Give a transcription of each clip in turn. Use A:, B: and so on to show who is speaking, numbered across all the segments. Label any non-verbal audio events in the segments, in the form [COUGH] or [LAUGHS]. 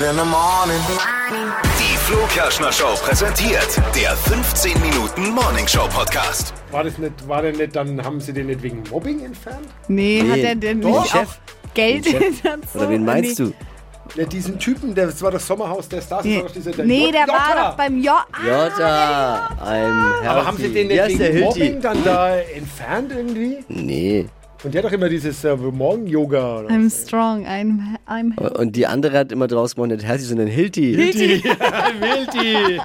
A: in the morning.
B: Die Flo Kerschner Show präsentiert der 15 Minuten Morning Show Podcast.
C: War das nicht, war der nicht, dann haben sie den nicht wegen Mobbing entfernt?
D: Nee, hat
E: Nee.
D: er denn
C: Doch.
D: nicht
E: Chef?
D: auch Geld [LAUGHS]
E: Den Chef?
D: dazu?
E: Oder wen meinst
D: nee.
E: du?
C: Ja, diesen Typen, der, das war das Sommerhaus der Stars, das
D: Nee,
C: war doch dieser
D: der, nee, der
C: Jotta.
D: war doch beim Jo. Ah,
E: Jota, I'm healthy.
C: Aber haben sie den nicht
E: yes, der
C: wegen Mobbing
E: Hilti.
C: dann da entfernt irgendwie?
E: Nee.
C: Und der hat doch immer dieses äh, Morgen-Yoga. oder [LAUGHS]
D: I'm strong, I'm, I'm
E: Und die andere hat immer draus gemacht, nicht Healthy, sondern Hilti.
D: Hilti.
C: Wildi.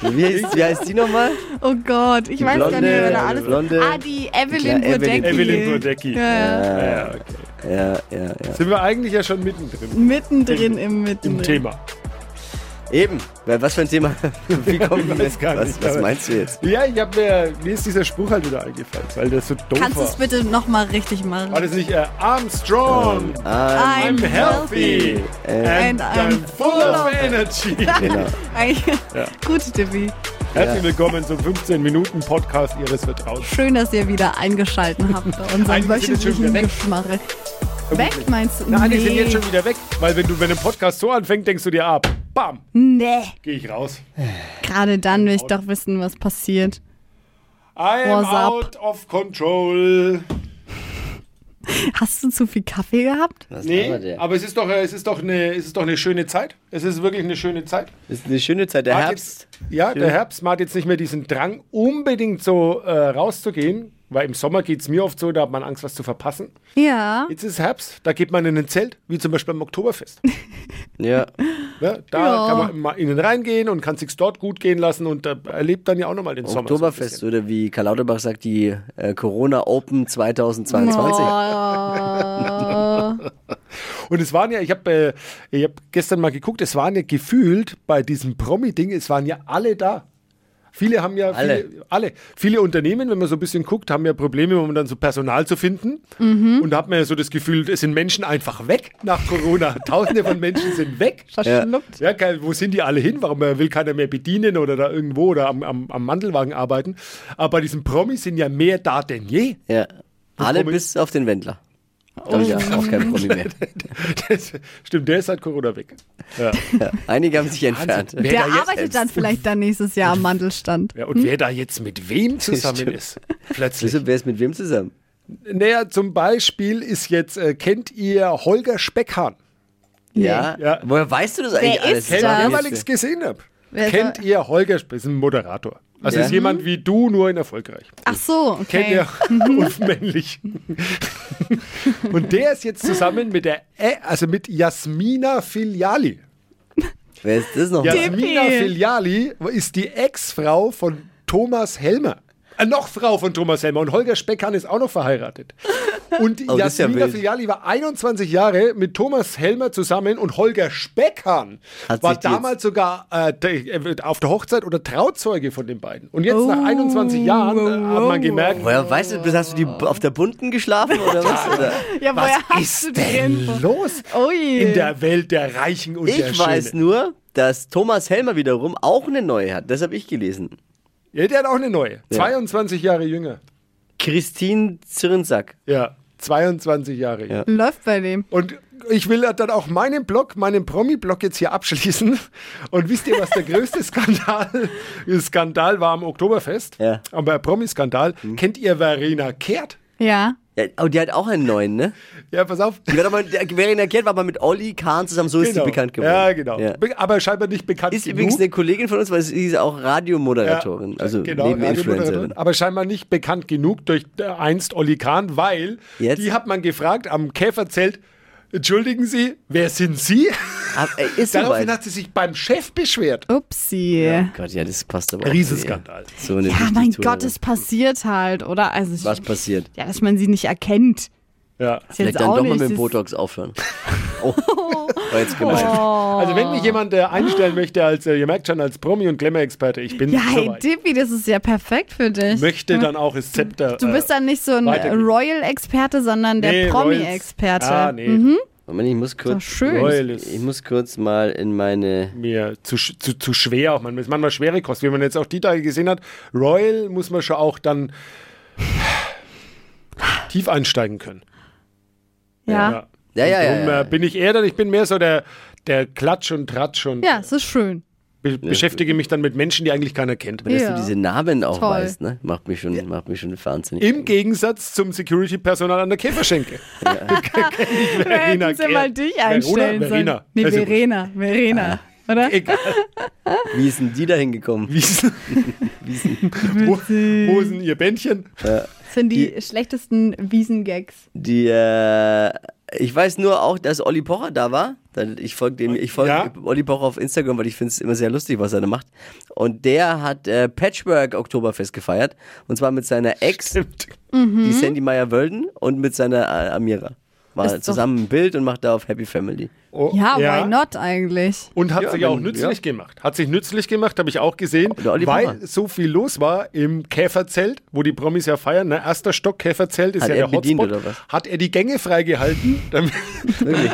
E: Wie heißt, wie heißt die nochmal?
D: [LAUGHS] Oh Gott, ich weiß gar
E: Blonde,
D: nicht, wer da alles
E: Blonde.
D: Ah, die Evelyn
E: Klar, Evelyn.
D: Bodecki.
C: Evelyn Bodecki.
D: Ja, ja.
E: Ja, ja, ja.
C: Sind wir eigentlich ja schon mittendrin
D: Mittendrin im Mittendrin.
C: im Thema.
E: Eben. Weil Was für ein Thema? [LAUGHS] Wie kommen wir?
C: weiß gar
E: Was,
C: nicht,
E: was
C: aber-
E: meinst du jetzt?
C: Ja, ich hab mir, mir ist dieser Spruch halt wieder eingefallen, weil der so doof
D: Kannst du es
C: war.
D: bitte nochmal richtig machen?
C: War das nicht äh, I'm strong,
E: Ah,
D: I'm
C: I'm healthy, and,
D: and
C: I'm
D: I'm
C: full of energy.
E: genau.
D: Eigentlich- Gut, Dippy.
C: Herzlich willkommen zum 15-Minuten-Podcast Ihres Vertrauens.
D: Schön, dass ihr wieder eingeschalten habt bei
C: Eigentlich
D: unserem
C: sind jetzt schon wieder
D: wöchentlichen
C: weg.
D: Geschmarre. Weg, meinst du?
C: Na, einige
D: nee.
C: sind jetzt schon wieder weg, weil wenn du wenn ein Podcast so anfängt, denkst du dir ab, bam,
D: nee,
C: gehe ich raus.
D: gerade dann will ich
E: Genau.
D: doch wissen, was passiert.
C: I am
D: What's up?
C: out of control.
D: Hast du zu viel Kaffee gehabt?
E: Was nee,
C: Nee,
E: der?
C: aber es ist doch äh, es ist doch eine es ist doch eine schöne Zeit. Es ist wirklich eine schöne Zeit.
E: Ist eine schöne Zeit. Der
C: Mag
E: Herbst.
C: Jetzt, ja, der Herbst macht jetzt nicht mehr diesen Drang, unbedingt so äh, rauszugehen, weil im Sommer geht es mir oft so, da hat man Angst, was zu verpassen.
D: Ja.
C: Jetzt ist Herbst, da geht man in ein Zelt, wie zum Beispiel am Oktoberfest.
E: Ja.
C: Ne? Da
D: Ja.
C: kann man mal innen reingehen und kann sich dort gut gehen lassen und äh, erlebt dann ja auch nochmal den Sommer. so ein
E: Oktoberfest oder wie Karl Lauterbach sagt, die äh, Corona Open 2022. [LAUGHS]
D: Oh.
C: Und es waren ja, ich habe äh, ich hab gestern mal geguckt, es waren ja gefühlt bei diesem Promi-Ding, es waren ja alle da. Viele haben ja,
E: Alle.
C: Viele, alle, viele Unternehmen, wenn man so ein bisschen guckt, haben ja Probleme, um dann so Personal zu finden. Und da hat man ja so das Gefühl, es sind Menschen einfach weg nach Corona. Tausende von Menschen sind weg.
D: Verschluckt.
C: Ja, geil, wo sind die alle hin? Warum äh, will keiner mehr bedienen oder da irgendwo oder am, am, am Mandelwagen arbeiten? Aber bei diesen Promis sind ja mehr da denn je. [LAUGHS]
E: Ja. Alle
C: Promi-
E: bis auf den Wendler. Da ist ja auch kein Promi mehr.
C: Das, stimmt, der ist seit Corona weg.
E: Einige haben sich entfernt.
C: Wer
D: Der
C: da jetzt-
D: arbeitet dann vielleicht dann nächstes Jahr am Mandelstand.
C: Ja, und wer da jetzt mit [LAUGHS] wem zusammen
E: Stimmt.
C: ist, plötzlich.
E: Wieso, wer ist mit wem zusammen?
C: Also, Naja, zum Beispiel ist jetzt, äh, kennt ihr Holger Speckhahn?
E: Ja?
C: Ja.
E: Woher weißt du das eigentlich
D: Wer
E: alles?
D: ist
C: Kennt
D: Ja.
C: ihr, weil ich es gesehen habe.
D: Wer ist
C: Kennt
D: er?
C: ihr Holger Speckhahn? Ist ein Moderator. Also
E: Ja.
C: ist jemand wie du, nur in erfolgreich.
D: Ach so,
C: Kennt
D: okay.
C: ihr? [LAUGHS] Und männlich. [LAUGHS] und der ist jetzt zusammen mit der, Ä- also mit Jasmina Filiali.
E: Wer ist das nochmal?
C: Jasmina
D: Tippi.
C: Filiali ist die Ex-Frau von Thomas Helmer. Äh, noch Frau von Thomas Helmer. Und Holger Speckhahn ist auch noch verheiratet. Und
E: Oh, das ist ja
C: Jasmina
E: wild.
C: Filiali war 21 Jahre mit Thomas Helmer zusammen und Holger Speckhahn
E: Hat
C: war
E: sich die
C: damals sogar äh, de- äh, auf der Hochzeit oder Trauzeuge von den beiden. Und jetzt nach 21 Jahren äh, hat man gemerkt,
E: Woher weißt du, das? Oh, hast du die
D: Oh.
E: auf der bunten geschlafen oder was? Oder?
D: Ja,
C: was
D: woher hast du
C: ist
D: die
C: denn
D: Info?
C: los
D: Ui.
C: in der Welt der Reichen [LAUGHS] und der
E: Ich weiß
C: Schönen?
E: nur, dass Thomas Helmer wiederum auch eine neue hat. Das habe ich gelesen.
C: Ja, der hat auch eine neue.
E: Ja.
C: 22 Jahre jünger.
E: Christine Zirnsack.
C: Ja, 22 Jahre jünger.
E: Ja.
D: Läuft bei dem.
C: Und ich will dann auch meinen Blog, meinen Promi-Blog jetzt hier abschließen. Und wisst ihr, was der größte [LAUGHS] Skandal, Skandal war am Oktoberfest?
E: Ja. Mhm.
C: Aber Promi-Skandal. Kennt ihr Verena Kehrt?
D: Ja.
E: Ja, aber die hat auch einen neuen, ne?
C: Ja, pass auf.
E: Die war doch mal, der, Verena Kehrt war mal mit Olli Kahn zusammen, so ist die bekannt geworden.
C: Ja, genau.
E: Ja.
C: Be- Aber scheinbar nicht bekannt
E: Ist
C: genug.
E: übrigens eine Kollegin von uns, weil sie ist auch Radiomoderatorin,
C: Ja,
E: also
C: genau,
E: neben
C: Radiomoderatorin.
E: Influencerin.
C: Aber scheinbar nicht bekannt genug durch äh, einst Olli Kahn, weil
E: Jetzt?
C: die hat man gefragt am Käferzelt, entschuldigen Sie, wer sind Sie?
E: Aber, Ah, ey, ist
C: Daraufhin
E: soweit.
C: hat sie sich beim Chef beschwert.
D: Upsi.
E: Gott, ja, das passt aber auch.
C: Riesenskandal.
E: Nee. So eine
D: Ja, mein
E: Wichtigtour.
D: Gott, es passiert halt, oder? Also ich-
E: Was passiert?
D: Ja, dass man sie nicht erkennt.
C: Ja.
D: Ist
E: Vielleicht
D: jetzt
E: dann
D: auch
E: doch mal mit
D: nicht.
E: dem
D: das- Oh.
E: Botox
D: [LAUGHS]
E: aufhören. Oh, war jetzt genau. gemein.
C: Also wenn mich jemand äh, einstellen möchte, als äh, ihr merkt schon, als Promi- und Glamour-Experte, ich bin
D: Ja, hey,
C: soweit.
D: Dippy, das ist ja perfekt für dich.
C: möchte dann auch das Zepter. äh,
D: Du bist dann nicht so ein
C: weitergehen.
D: Royal-Experte, sondern der Promi-Experte. Hm, Mhm.
C: Ah, nee,
E: Moment, ich muss kurz.
D: Oh. schön.
C: Royal ist-
E: Ich muss kurz mal in meine.
C: mir zu, sch- zu, zu schwer auch. Man ist manchmal schwere Kost, wie man jetzt auch die Tage gesehen hat. Royal muss man schon auch dann tief einsteigen können.
D: Ja.
C: Ja.
E: Ja, ja, ja.
C: Darum
E: ja.
C: äh, bin ich eher dann, ich bin mehr so der, der Klatsch und Tratsch und
D: Ja, es ist schön.
C: be beschäftige mich dann mit Menschen, die eigentlich keiner kennt.
E: Dass
D: Ja.
E: du diese Namen auch
D: Toll.
E: weißt, ne? Macht mich schon, macht mich schon wahnsinnig.
C: Im Gegensatz zum Security-Personal an der Käferschenke. [LAUGHS] Verena
D: Hätten sie
C: Kehrt.
D: mal dich
C: Verona?
D: einstellen sollen.
C: Verena.
D: Nee,
C: Also gut.
D: Verena. Verena. Oder?
C: Egal.
E: Wie ist denn die da hingekommen?
C: Wiesen. [LAUGHS] Wo, wo ist denn ihr Bändchen?
E: [LAUGHS]
D: Das sind die, schlechtesten Wiesengags.
E: Die, äh, ich weiß nur auch, dass Olli Pocher da war. Dann- Ich folge dem, ich folge
C: Ja.
E: Olli Pocher auf Instagram, weil ich finde es immer sehr lustig, was er da macht. Und der hat äh, Patchwork Oktoberfest gefeiert. Und zwar mit seiner Ex, die Sandy Meyer Wölden, und mit seiner äh, Amira.
D: Mhm. Ist
E: War
D: doch-
E: zusammen ein Bild und macht da auf Happy Family.
C: Oh,
D: Ja, why not eigentlich?
C: Und hat
E: Ja,
C: sich
E: wenn-
C: auch nützlich
E: ja. Oh,
C: gemacht. Hat sich nützlich gemacht, habe ich auch gesehen,
E: Der Olli Pocher.
C: weil so viel los war im Käferzelt, wo die Promis ja feiern. Ne? Erster Stock Käferzelt ist
E: Hat
C: ja
E: er
C: der Hotspot.
E: bedient oder was?
C: Hat er die
E: [LAUGHS]
C: Gänge freigehalten, damit [LAUGHS]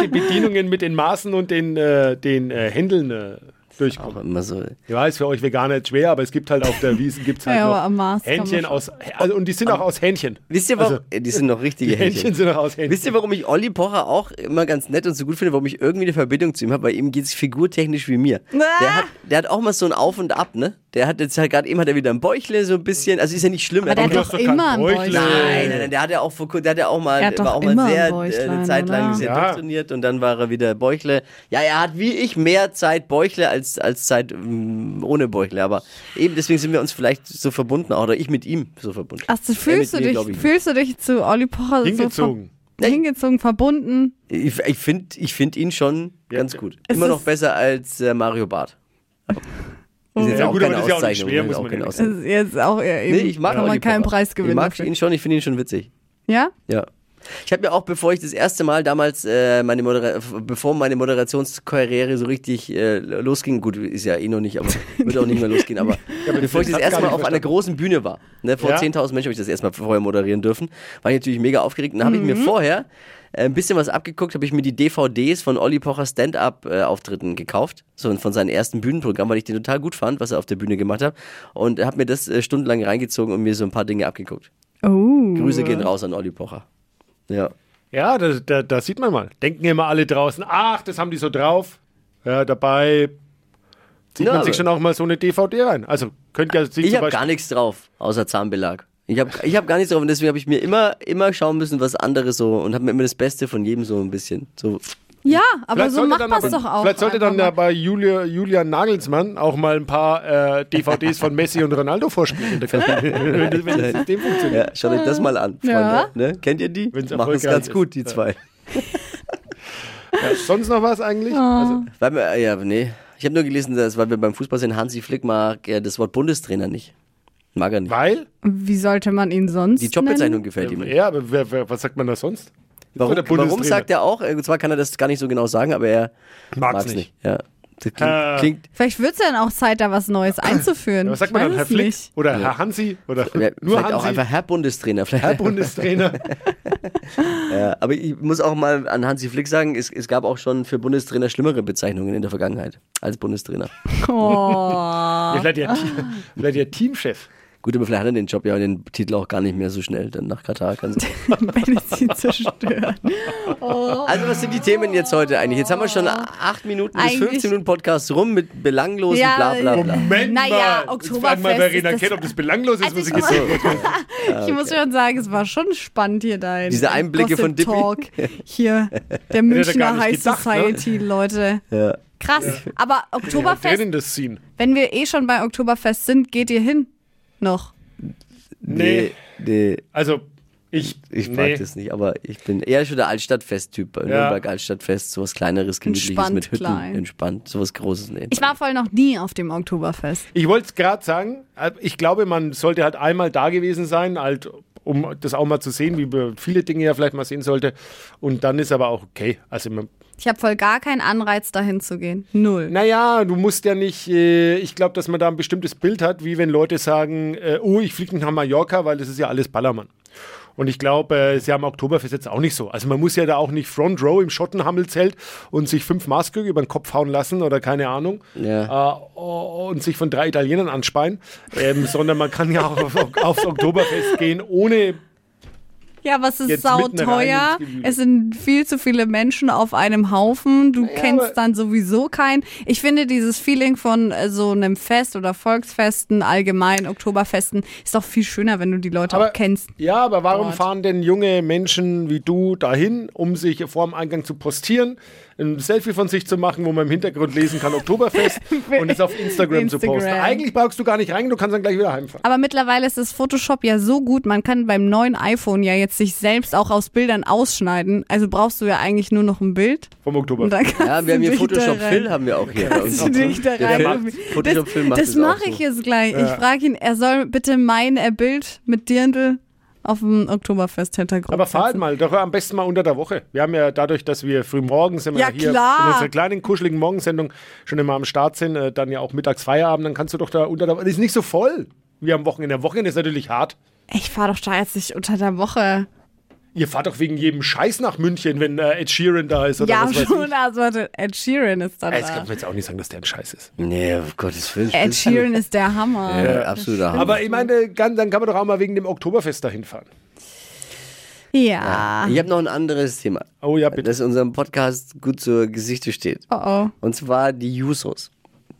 C: die Bedienungen mit den Maßen und den, äh, den äh, Händeln äh, durchkommen.
E: Auch immer so.
C: Ich weiß, für euch Veganer ist schwer, aber es gibt halt auf der Wiesen gibt's halt
D: Ja, aber
C: noch
D: am Mars kann man
C: Hähnchen
D: schon-
C: aus, also, und die sind auch aus Hähnchen.
E: Wisst ihr, warum?
C: Also,
E: Äh, die sind noch richtige
C: die Hähnchen sind auch aus Hähnchen.
E: Wisst ihr, warum ich Olli Pocher auch immer ganz nett und so gut finde, warum ich irgendwie eine Verbindung zu ihm habe? Bei ihm geht es figurtechnisch wie mir. Der, hat, der hat auch mal so ein Auf und Ab, ne? Der hat jetzt halt gerade eben hat er wieder ein Bäuchle so ein bisschen. Also ist ja nicht schlimm.
D: Aber der
E: er hat
D: hat doch
C: hast doch kein
D: immer ein
C: Bräuchlein.
D: Bäuchlein.
E: Nein, nein, nein, der hat ja auch vor kurzem, der hat ja auch mal,
D: Äh. Er hat doch
E: war auch
D: immer
E: mal
D: ein
E: sehr, äh,
D: Bäuchlein,
E: eine Zeit lang
D: oder?
E: sehr
C: Ja.
E: durchtrainiert und dann war er wieder Bäuchle. Ja, er hat wie ich mehr Zeit Bäuchle als, als Zeit mm, ohne Bäuchle, aber eben deswegen sind wir uns vielleicht so verbunden, auch, oder ich mit ihm so verbunden.
D: Ach, so,
E: Er mit
D: fühlst, du
E: mir,
D: dich,
E: glaub ich, nicht.
D: fühlst du dich zu Olli Pocher
C: Hingezogen.
D: so ver hingezogen, verbunden?
E: Ich, ich finde ich find ihn schon ganz gut. Immer
D: ist- Oh.
E: noch besser als äh, Mario Barth. Ist jetzt
C: Ja,
E: auch
C: gut, aber
E: keine
C: das ist ja auch nicht
E: Auszeichnung.
C: schwer,
E: ist
C: muss
E: auch
C: man
E: keine
C: ja
D: Das
E: Auszeichnung.
D: ist jetzt auch eher eben.
E: Nee, ich mag
D: kann man
E: Olli
D: keinen
E: Pocher.
D: Preis gewinnen.
E: Ich mag
D: dafür.
E: ihn schon, ich finde ihn schon witzig.
D: Ja?
E: Ja. Ich habe ja auch, bevor ich das erste Mal damals, äh, meine Modera bevor meine Moderationskarriere so richtig äh, losging, gut, ist ja eh noch nicht,
C: [LAUGHS]
E: aber wird auch nicht mehr losgehen, aber bevor ich das
C: das hat's
E: erste
C: gar
E: Mal
C: nicht
E: auf einer großen Bühne war, ne, vor
C: Ja.
E: 10.000 Menschen habe ich das erstmal vorher moderieren dürfen, war ich natürlich mega aufgeregt und dann habe
C: Mhm.
E: ich mir vorher äh, ein bisschen was abgeguckt, habe ich mir die DVDs von Olli Pocher Stand-Up-Auftritten gekauft, so von seinem ersten Bühnenprogramm, weil ich den total gut fand, was er auf der Bühne gemacht hat und habe mir das äh, stundenlang reingezogen und mir so ein paar Dinge abgeguckt.
D: Oh.
E: Grüße
C: Mhm.
E: gehen raus an Olli Pocher. Ja.
C: Ja, da, da, da sieht man mal. Denken immer alle draußen, ach, das haben die so drauf. Ja, dabei zieht
E: Ja,
C: man
E: aber-
C: sich schon auch mal so eine DVD rein. Also könnt ihr sich
E: Ich
C: zum
E: habe
C: Beispiel.
E: gar nichts drauf, außer Zahnbelag. Ich habe ich hab gar nichts drauf und deswegen habe ich mir immer, immer schauen müssen, was andere so und habe mir immer das Beste von jedem so ein bisschen. So,
D: Ja, aber
C: Vielleicht
D: so
C: sollte
D: Also macht
C: dann
D: man es
C: aber-
D: doch auch.
C: Vielleicht sollte dann
D: einfach
C: ja
D: mal.
C: bei Julia, Julian Nagelsmann auch mal ein paar äh, DVDs von Messi und Ronaldo
E: [LAUGHS]
C: vorspielen. wenn, das- wenn das System funktioniert.
E: ja, schaut euch das mal an, Freunde.
D: Ja.
E: Ne? Kennt ihr die?
C: Wenn's
E: Machen es
C: erfolgreich
E: ganz
C: ist.
E: gut, die
C: Ja.
E: zwei.
C: Ja, sonst noch was eigentlich? Also,
E: Weil wir, äh, ja, nee. Ich habe nur gelesen, dass, weil wir beim Fußball sind, Hansi Flick mag äh, das Wort Bundestrainer nicht. Mag er nicht.
C: weil?
D: Wie sollte man ihn sonst?
E: Die Jobbezeichnung
D: nennen?
E: gefällt ihm nicht.
C: Ja, aber wer, wer, was sagt man da sonst?
E: Warum,
C: Oder
E: warum
C: Bundestrainer.
E: sagt er auch? äh, Und zwar kann er das gar nicht so genau sagen, aber er
C: Mag's
E: mag's
C: nicht.
E: nicht. Ja. Das klingt,
C: Äh.
E: klingt
D: Vielleicht wird es dann auch Zeit, da was Neues einzuführen.
C: Ja, was sagt
D: Ich
C: man dann,
D: weiß
C: Herr
D: es
C: Flick?
D: nicht.
C: Oder Herr Hansi? Oder
D: Äh,
E: Ja,
C: nur
E: vielleicht auch
C: Hansi?
E: einfach Herr Bundestrainer. Vielleicht.
C: Herr
E: [LAUGHS]
C: Bundestrainer.
D: [LAUGHS]
E: ja, aber ich muss auch mal an Hansi Flick sagen, es, es gab auch schon für Bundestrainer schlimmere Bezeichnungen in der Vergangenheit als Bundestrainer.
C: [LAUGHS]
D: Oh.
C: Ja, vielleicht, ja, vielleicht ja Teamchef.
E: Gut, aber vielleicht hat er den Job ja und den Titel auch gar nicht mehr so schnell dann nach Katar. Kann sein.
D: wenn es ihn zerstört. [LAUGHS] Oh.
E: also was sind die Themen jetzt heute eigentlich? Jetzt haben wir schon acht Minuten bis
D: Eigentlich-
E: 15 Minuten Podcast rum mit belanglosen
D: Ja,
E: Blablabla. Bla,
D: [LAUGHS]
E: bla.
C: Moment
D: Naja,
C: mal. Jetzt
D: Oktoberfest
C: fragen wir Verena
D: ist das-
C: Kehrt, ob das belanglos ist,
D: Also
C: was
D: ich
C: ich jetzt
D: muss-
C: sage.
D: Ich muss schon sagen, es war schon spannend hier dein.
E: Ah, Diese
D: dein
E: Einblicke
D: Gossip
E: von Dippy. [LAUGHS]
D: Talk hier, der Münchner
C: gar
D: High
C: nicht gedacht, ne?
D: Society, Leute.
E: Ja.
D: Krass. Aber
C: Wer
D: Oktoberfest,
C: denn das ziehen?
D: wenn wir eh schon bei Oktoberfest sind, geht ihr hin. Noch.
C: Nee.
E: nee,
C: Also, ich.
E: ich mag
C: nee.
E: das nicht, aber ich bin eher schon der Altstadtfest-Typ. Nürnberg Altstadtfest, sowas kleineres, gemütliches
D: Entspannt,
E: mit Hütten,
D: klein.
E: entspannt, sowas großes. Nee.
D: Ich war voll noch nie auf dem Oktoberfest.
C: Ich wollte es gerade sagen, also ich glaube, man sollte halt einmal da gewesen sein, halt, um das auch mal zu sehen, wie man viele Dinge ja vielleicht mal sehen sollte. Und dann ist aber auch okay. Also, man-
D: Ich habe voll gar keinen Anreiz, dahin zu gehen. Null.
C: naja, du musst ja nicht, äh, ich glaube, dass man da ein bestimmtes Bild hat, wie wenn Leute sagen, äh, oh, ich fliege nicht nach Mallorca, weil das ist ja alles Ballermann. Und ich glaube, äh, ist ja am Oktoberfest jetzt auch nicht so. Also man muss ja da auch nicht Front Row im Schottenhammelzelt und sich fünf Maßkrüge über den Kopf hauen lassen oder keine Ahnung.
E: Ja.
C: Äh, oh, und sich von drei Italienern anspeien. Ähm, sondern man kann ja auch auf, aufs Oktoberfest gehen, ohne
D: Ja, was ist
C: Jetzt mitten
D: sauteuer?
C: rein ins Gewühl.
D: Es sind viel zu viele Menschen auf einem Haufen. Du
C: aber-
D: kennst dann sowieso keinen. Ich finde dieses Feeling von äh, so einem Fest oder Volksfesten, allgemein Oktoberfesten, ist doch viel schöner, wenn du die Leute auch kennst.
C: Ja, aber warum
D: Dort.
C: fahren denn junge Menschen wie du dahin, um sich vor dem Eingang zu postieren, ein Selfie von sich zu machen, wo man im Hintergrund lesen kann
D: [LAUGHS]
C: Oktoberfest und es auf Instagram, zu posten?
D: Instagram.
C: Eigentlich brauchst du gar nicht rein, du kannst dann gleich wieder heimfahren.
D: Aber mittlerweile ist das Photoshop ja so gut, man kann beim neuen iPhone ja jetzt sich selbst auch aus Bildern ausschneiden. Also brauchst du ja eigentlich nur noch ein Bild.
C: Vom
D: Und
C: Oktoberfest.
D: dann kannst
E: Ja, wir haben
D: du
E: hier
D: dich da
E: Photoshop
D: rein-
E: Phil haben wir auch hier. bei uns.
D: Kannst du dich da
E: Der
D: rein
E: Phil-
D: irgendwie-
E: Photoshop Phil macht
D: Das
E: das auch
D: mache
E: so.
D: ich jetzt gleich. Ich
C: Ja.
D: frage ihn, er soll bitte mein äh, Bild mit Dirndl auf dem Oktoberfest-Hintergrund.
C: Aber fahr halt
D: setzen.
C: mal, doch am besten mal unter der Woche. Wir haben ja dadurch, dass wir früh morgens immer
D: Ja,
C: hier
D: klar.
C: in unserer kleinen, kuscheligen Morgensendung schon immer am Start sind, äh, dann ja auch mittags Feierabend, dann kannst du doch da unter der Woche. Das ist nicht so voll wie am Wochenende. Am Wochenende ist natürlich hart.
D: Ich fahre doch da jetzt nicht unter der Woche.
C: Ihr fahrt doch wegen jedem Scheiß nach München, wenn äh, Ed Sheeran da ist oder
D: Ja,
C: was weiß ich.
D: schon. Also, warte, Ed Sheeran ist da.
C: Äh, Das kann
D: da.
C: man jetzt auch nicht sagen, dass der ein Scheiß ist.
E: Nee, oh auf Gottes Willen.
D: Ed
E: spielst du
D: Sheeran ist der Hammer.
E: Ja, absoluter Hammer.
C: Aber ich meine, kann, dann kann man doch auch mal wegen dem Oktoberfest dahin fahren.
D: Ja.
E: Ich habe noch ein anderes Thema,
C: Oh ja, bitte.
E: das in unserem Podcast gut zur Gesichte steht.
D: Oh oh.
E: Und zwar die Jusos.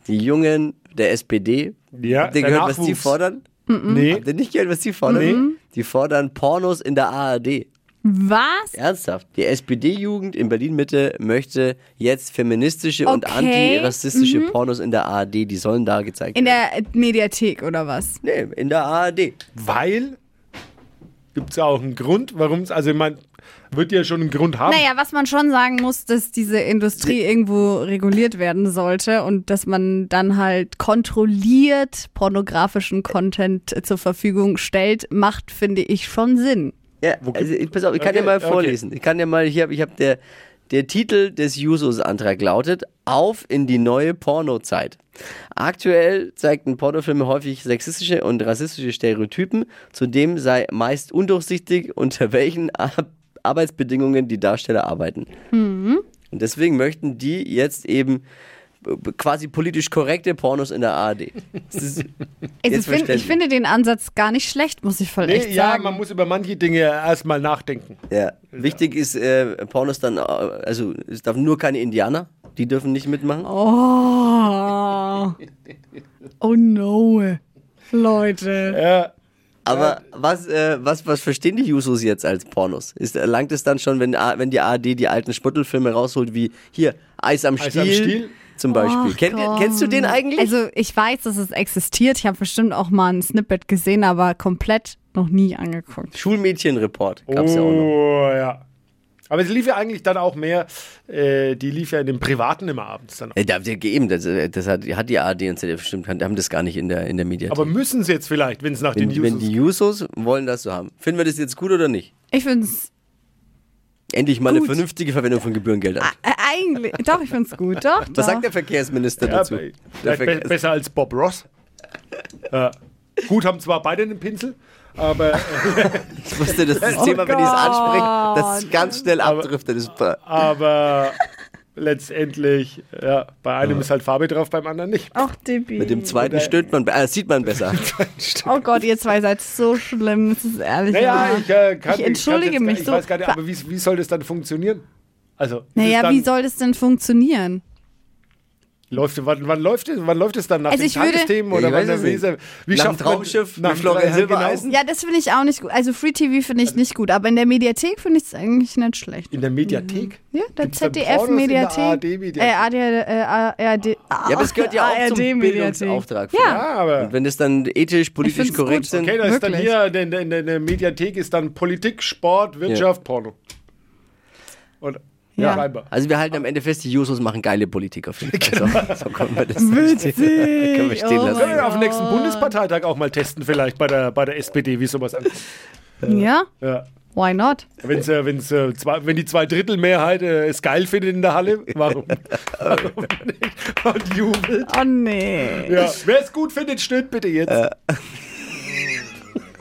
E: Die Jungen der SPD.
C: Ja,
E: Habt ihr
C: der
E: gehört, was die
C: Nachwuchs.
E: fordern?
D: Mhm.
C: Nee.
E: Habt ihr nicht gehört, was die fordern?
C: Nee.
E: Die fordern Pornos in der ARD.
D: Was?
E: Ernsthaft. Die SPD-Jugend in Berlin-Mitte möchte jetzt feministische und
D: Okay. Mhm.
E: antirassistische Pornos in der ARD. Die sollen da gezeigt
D: In
E: werden.
D: der Mediathek oder was?
E: Nee, in der ARD.
C: Weil gibt es ja auch einen Grund, warum es, also ich meine, wird ja schon einen Grund haben.
D: Naja, was man schon sagen muss, dass diese Industrie irgendwo reguliert werden sollte und dass man dann halt kontrolliert pornografischen Content zur Verfügung stellt, macht, finde ich, schon Sinn.
E: Ja, also, ich- pass auf, ich kann
C: Okay,
E: dir mal
C: okay.
E: vorlesen. Ich kann dir mal, ich habe ich hab der, der Titel des Jusos-Antrag lautet Auf in die neue Pornozeit. Aktuell zeigten Pornofilme häufig sexistische und rassistische Stereotypen. Zudem sei meist undurchsichtig, [LAUGHS] unter welchen Ar- Arbeitsbedingungen die Darsteller arbeiten. Und deswegen möchten die jetzt eben äh, quasi politisch korrekte Pornos in der ARD. Das ist,
D: Also
E: Jetzt
D: ich, find,
E: verständlich.
D: ich finde den Ansatz gar nicht schlecht, muss ich voll echt
C: nee, ja,
D: sagen.
C: man muss über manche Dinge erstmal nachdenken.
E: Ja. Wichtig ist, äh, Pornos dann, äh, also es darf nur keine Indianer, die dürfen nicht mitmachen.
D: Oh. Oh no. Leute.
C: Äh,
E: Aber was, äh, was, was verstehen die Jusos jetzt als Pornos? Ist, langt es dann schon, wenn, A- wenn die ARD die alten Sputtelfilme rausholt, wie hier Eis am Stiel,
C: Eis am Stiel? Oh
E: zum Beispiel?
D: Ach,
E: Kennt, ihr- kennst du den
D: komm.
E: eigentlich?
D: Also ich weiß, dass es existiert. Ich habe bestimmt auch mal ein Snippet gesehen, aber komplett noch nie angeguckt.
E: Schulmädchenreport gab's ja auch noch.
C: oh, ja. Aber es lief ja eigentlich dann auch mehr, äh, die lief ja in dem Privaten immer abends dann. auch.
E: Äh, Da habt ihr gegeben, das, äh, das hat, hat die ARD und ZDF bestimmt, haben das gar nicht in der, in der Media.
C: Aber müssen sie jetzt vielleicht, wenn es nach
E: wenn,
C: den News
E: wenn die Jusos wollen das so haben, finden wir das jetzt gut oder nicht?
D: Ich finde es
E: Endlich mal eine
D: Gut.
E: vernünftige Verwendung von Gebührengeldern.
D: eigentlich, doch, ich finde es gut, doch.
E: Was
D: doch.
E: sagt der Verkehrsminister
C: Ja,
E: dazu?
C: be-
E: Der
C: vielleicht be
E: Verkehrs
C: [LAUGHS] besser als Bob Ross. ja. Gut, haben zwar beide einen Pinsel,
E: [LAUGHS]
C: aber, äh,
E: ich wusste, dass das Thema, wenn ich es anspreche,
D: Oh,
E: dass es ganz schnell abdriftet. Das Ist ba-
C: aber letztendlich, ja, bei einem ist halt Farbe drauf, beim anderen nicht.
D: Ach, Debbie.
E: mit dem zweiten stöhnt man, be- äh, sieht man
D: [LAUGHS]
E: besser.
D: oh Gott, ihr zwei seid so schlimm, es ist ehrlich.
C: Naja,
D: wahr.
C: ich äh, kann
D: Ich entschuldige
C: kann's jetzt gar- Ich
D: mich so.
C: weiß gar nicht, aber wie, wie soll das dann funktionieren? Also, ist es
D: naja,
C: dann,
D: wie soll das denn funktionieren?
C: läuft, wann, wann läuft es? Wann läuft es dann nach
D: Also
C: den
D: ich würde-
C: Tagesthemen
E: Ja, ich
C: oder
E: weiß
C: wann
E: es
C: der
E: nicht.
C: Weser? Wie
E: Nach dem
C: schafft man-
E: Traumschiff
C: nach
E: mit Florian
C: Florian Silbereisen?
E: Silbereisen?
D: Ja, das finde ich auch nicht gut. Also Free TV finde ich nicht gut, aber in der Mediathek finde ich es eigentlich nicht schlecht.
C: In der Mediathek?
D: Ja, der
C: Gibt's da Pornos in der
D: ZDF-Mediathek.
C: ARD-Mediathek?
D: Äh, ARD, äh, ARD, ja,
E: Ja, aber es gehört ja auch zum Bildungsauftrag. von-
D: Ah, Ja.
C: Ja, aber.
E: Und wenn es dann ethisch, politisch
D: find's
E: korrekt
D: gut.
E: sind,
C: Okay, da ist dann
D: Wirklich?
C: hier, in der, in der- in der Mediathek ist dann Politik, Sport, Wirtschaft, Porno. Und ja,
D: Ja.
C: reinbar.
E: also wir halten am Ende fest, die Jusos machen geile Politik auf jeden Fall. So, so können wir das
D: [LAUGHS] Witzig.
E: können wir stehen
D: Oh
E: lassen.
C: Können wir auf dem nächsten Bundesparteitag auch mal testen, vielleicht bei der, bei der SPD, wie sowas ankommt.
D: Ja,
C: Ja.
D: why not?
C: Wenn's, äh, wenn's, äh, zwei, wenn die Zweidrittelmehrheit äh, es geil findet in der Halle, warum, warum nicht? Und jubelt.
D: Oh nee.
C: Ja. Wer es gut findet, stöhnt bitte jetzt.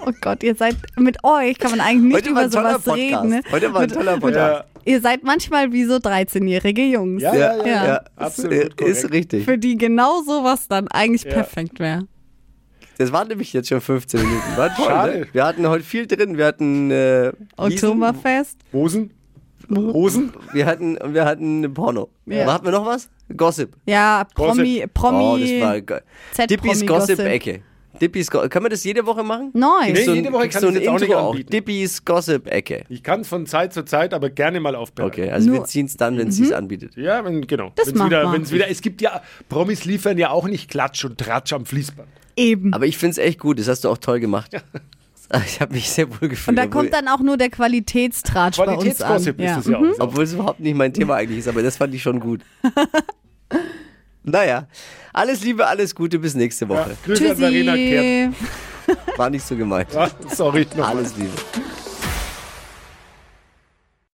D: Oh Gott, ihr seid mit euch kann man eigentlich nicht
E: Heute war
D: über
E: ein toller
D: sowas
E: Podcast.
D: reden. Ne?
E: Heute war ein
D: Mit-
E: toller
C: Ja.
E: Podcast.
D: Ihr seid manchmal wie so 13-jährige Jungs.
C: Ja, ja, ja,
D: Ja.
E: ja.
C: Absolut
E: Ist,
C: korrekt.
E: ist richtig.
D: Für die genau sowas dann eigentlich perfekt wäre.
E: Das waren nämlich jetzt schon 15 Minuten. War toll,
C: Schade.
E: ne? Wir hatten heute viel drin. Wir hatten äh, Wiesen,
D: Oktoberfest.
C: Hosen? Hosen?
E: wir hatten wir hatten Porno.
D: Ja.
E: Hatten wir noch was? Gossip.
D: Ja, Promi,
E: oh, das
D: Promi.
E: war geil.
D: Z-Promi
E: Dippis
D: Gossip.
E: Gossip-Ecke. Dippis Go Kann man das jede Woche machen?
D: Nein.
C: Nee,
E: So ein-
C: jede Woche
E: kriegst
C: kann
E: du
C: ich
E: ein
C: das auch
E: Intro
C: nicht
E: auch.
C: anbieten.
E: Dippis Gossip-Ecke.
C: Ich kann es von Zeit zu Zeit, aber gerne mal aufbereiten.
E: Okay, also wir
D: Nur- Mhm.
E: ziehen es dann, wenn sie es anbietet.
C: Ja, wenn, genau.
D: Das
C: wenn's
D: macht
C: wieder,
D: man.
C: wenn's wieder, es gibt ja, Promis liefern ja auch nicht Klatsch und Tratsch am Fließband.
D: Eben.
E: Aber ich finde es echt gut, das hast du auch toll gemacht. [LAUGHS] Ich habe mich sehr wohl gefühlt.
D: Und da
E: obwohl-
D: kommt dann auch nur der Qualitätstratsch bei uns an.
C: Qualitätsgossip ist
D: ja. Mhm.
C: es ja auch.
E: Obwohl es überhaupt nicht mein Thema eigentlich ist, aber das fand ich schon
D: [LAUGHS]
E: gut. naja, alles Liebe, alles Gute, bis nächste
C: Ja,
E: Woche.
C: Grüße an Verena Kehrt.
D: Tschüssi.
E: War nicht so gemeint.
C: Ja, [LAUGHS] sorry. nochmal.
E: Alles Liebe.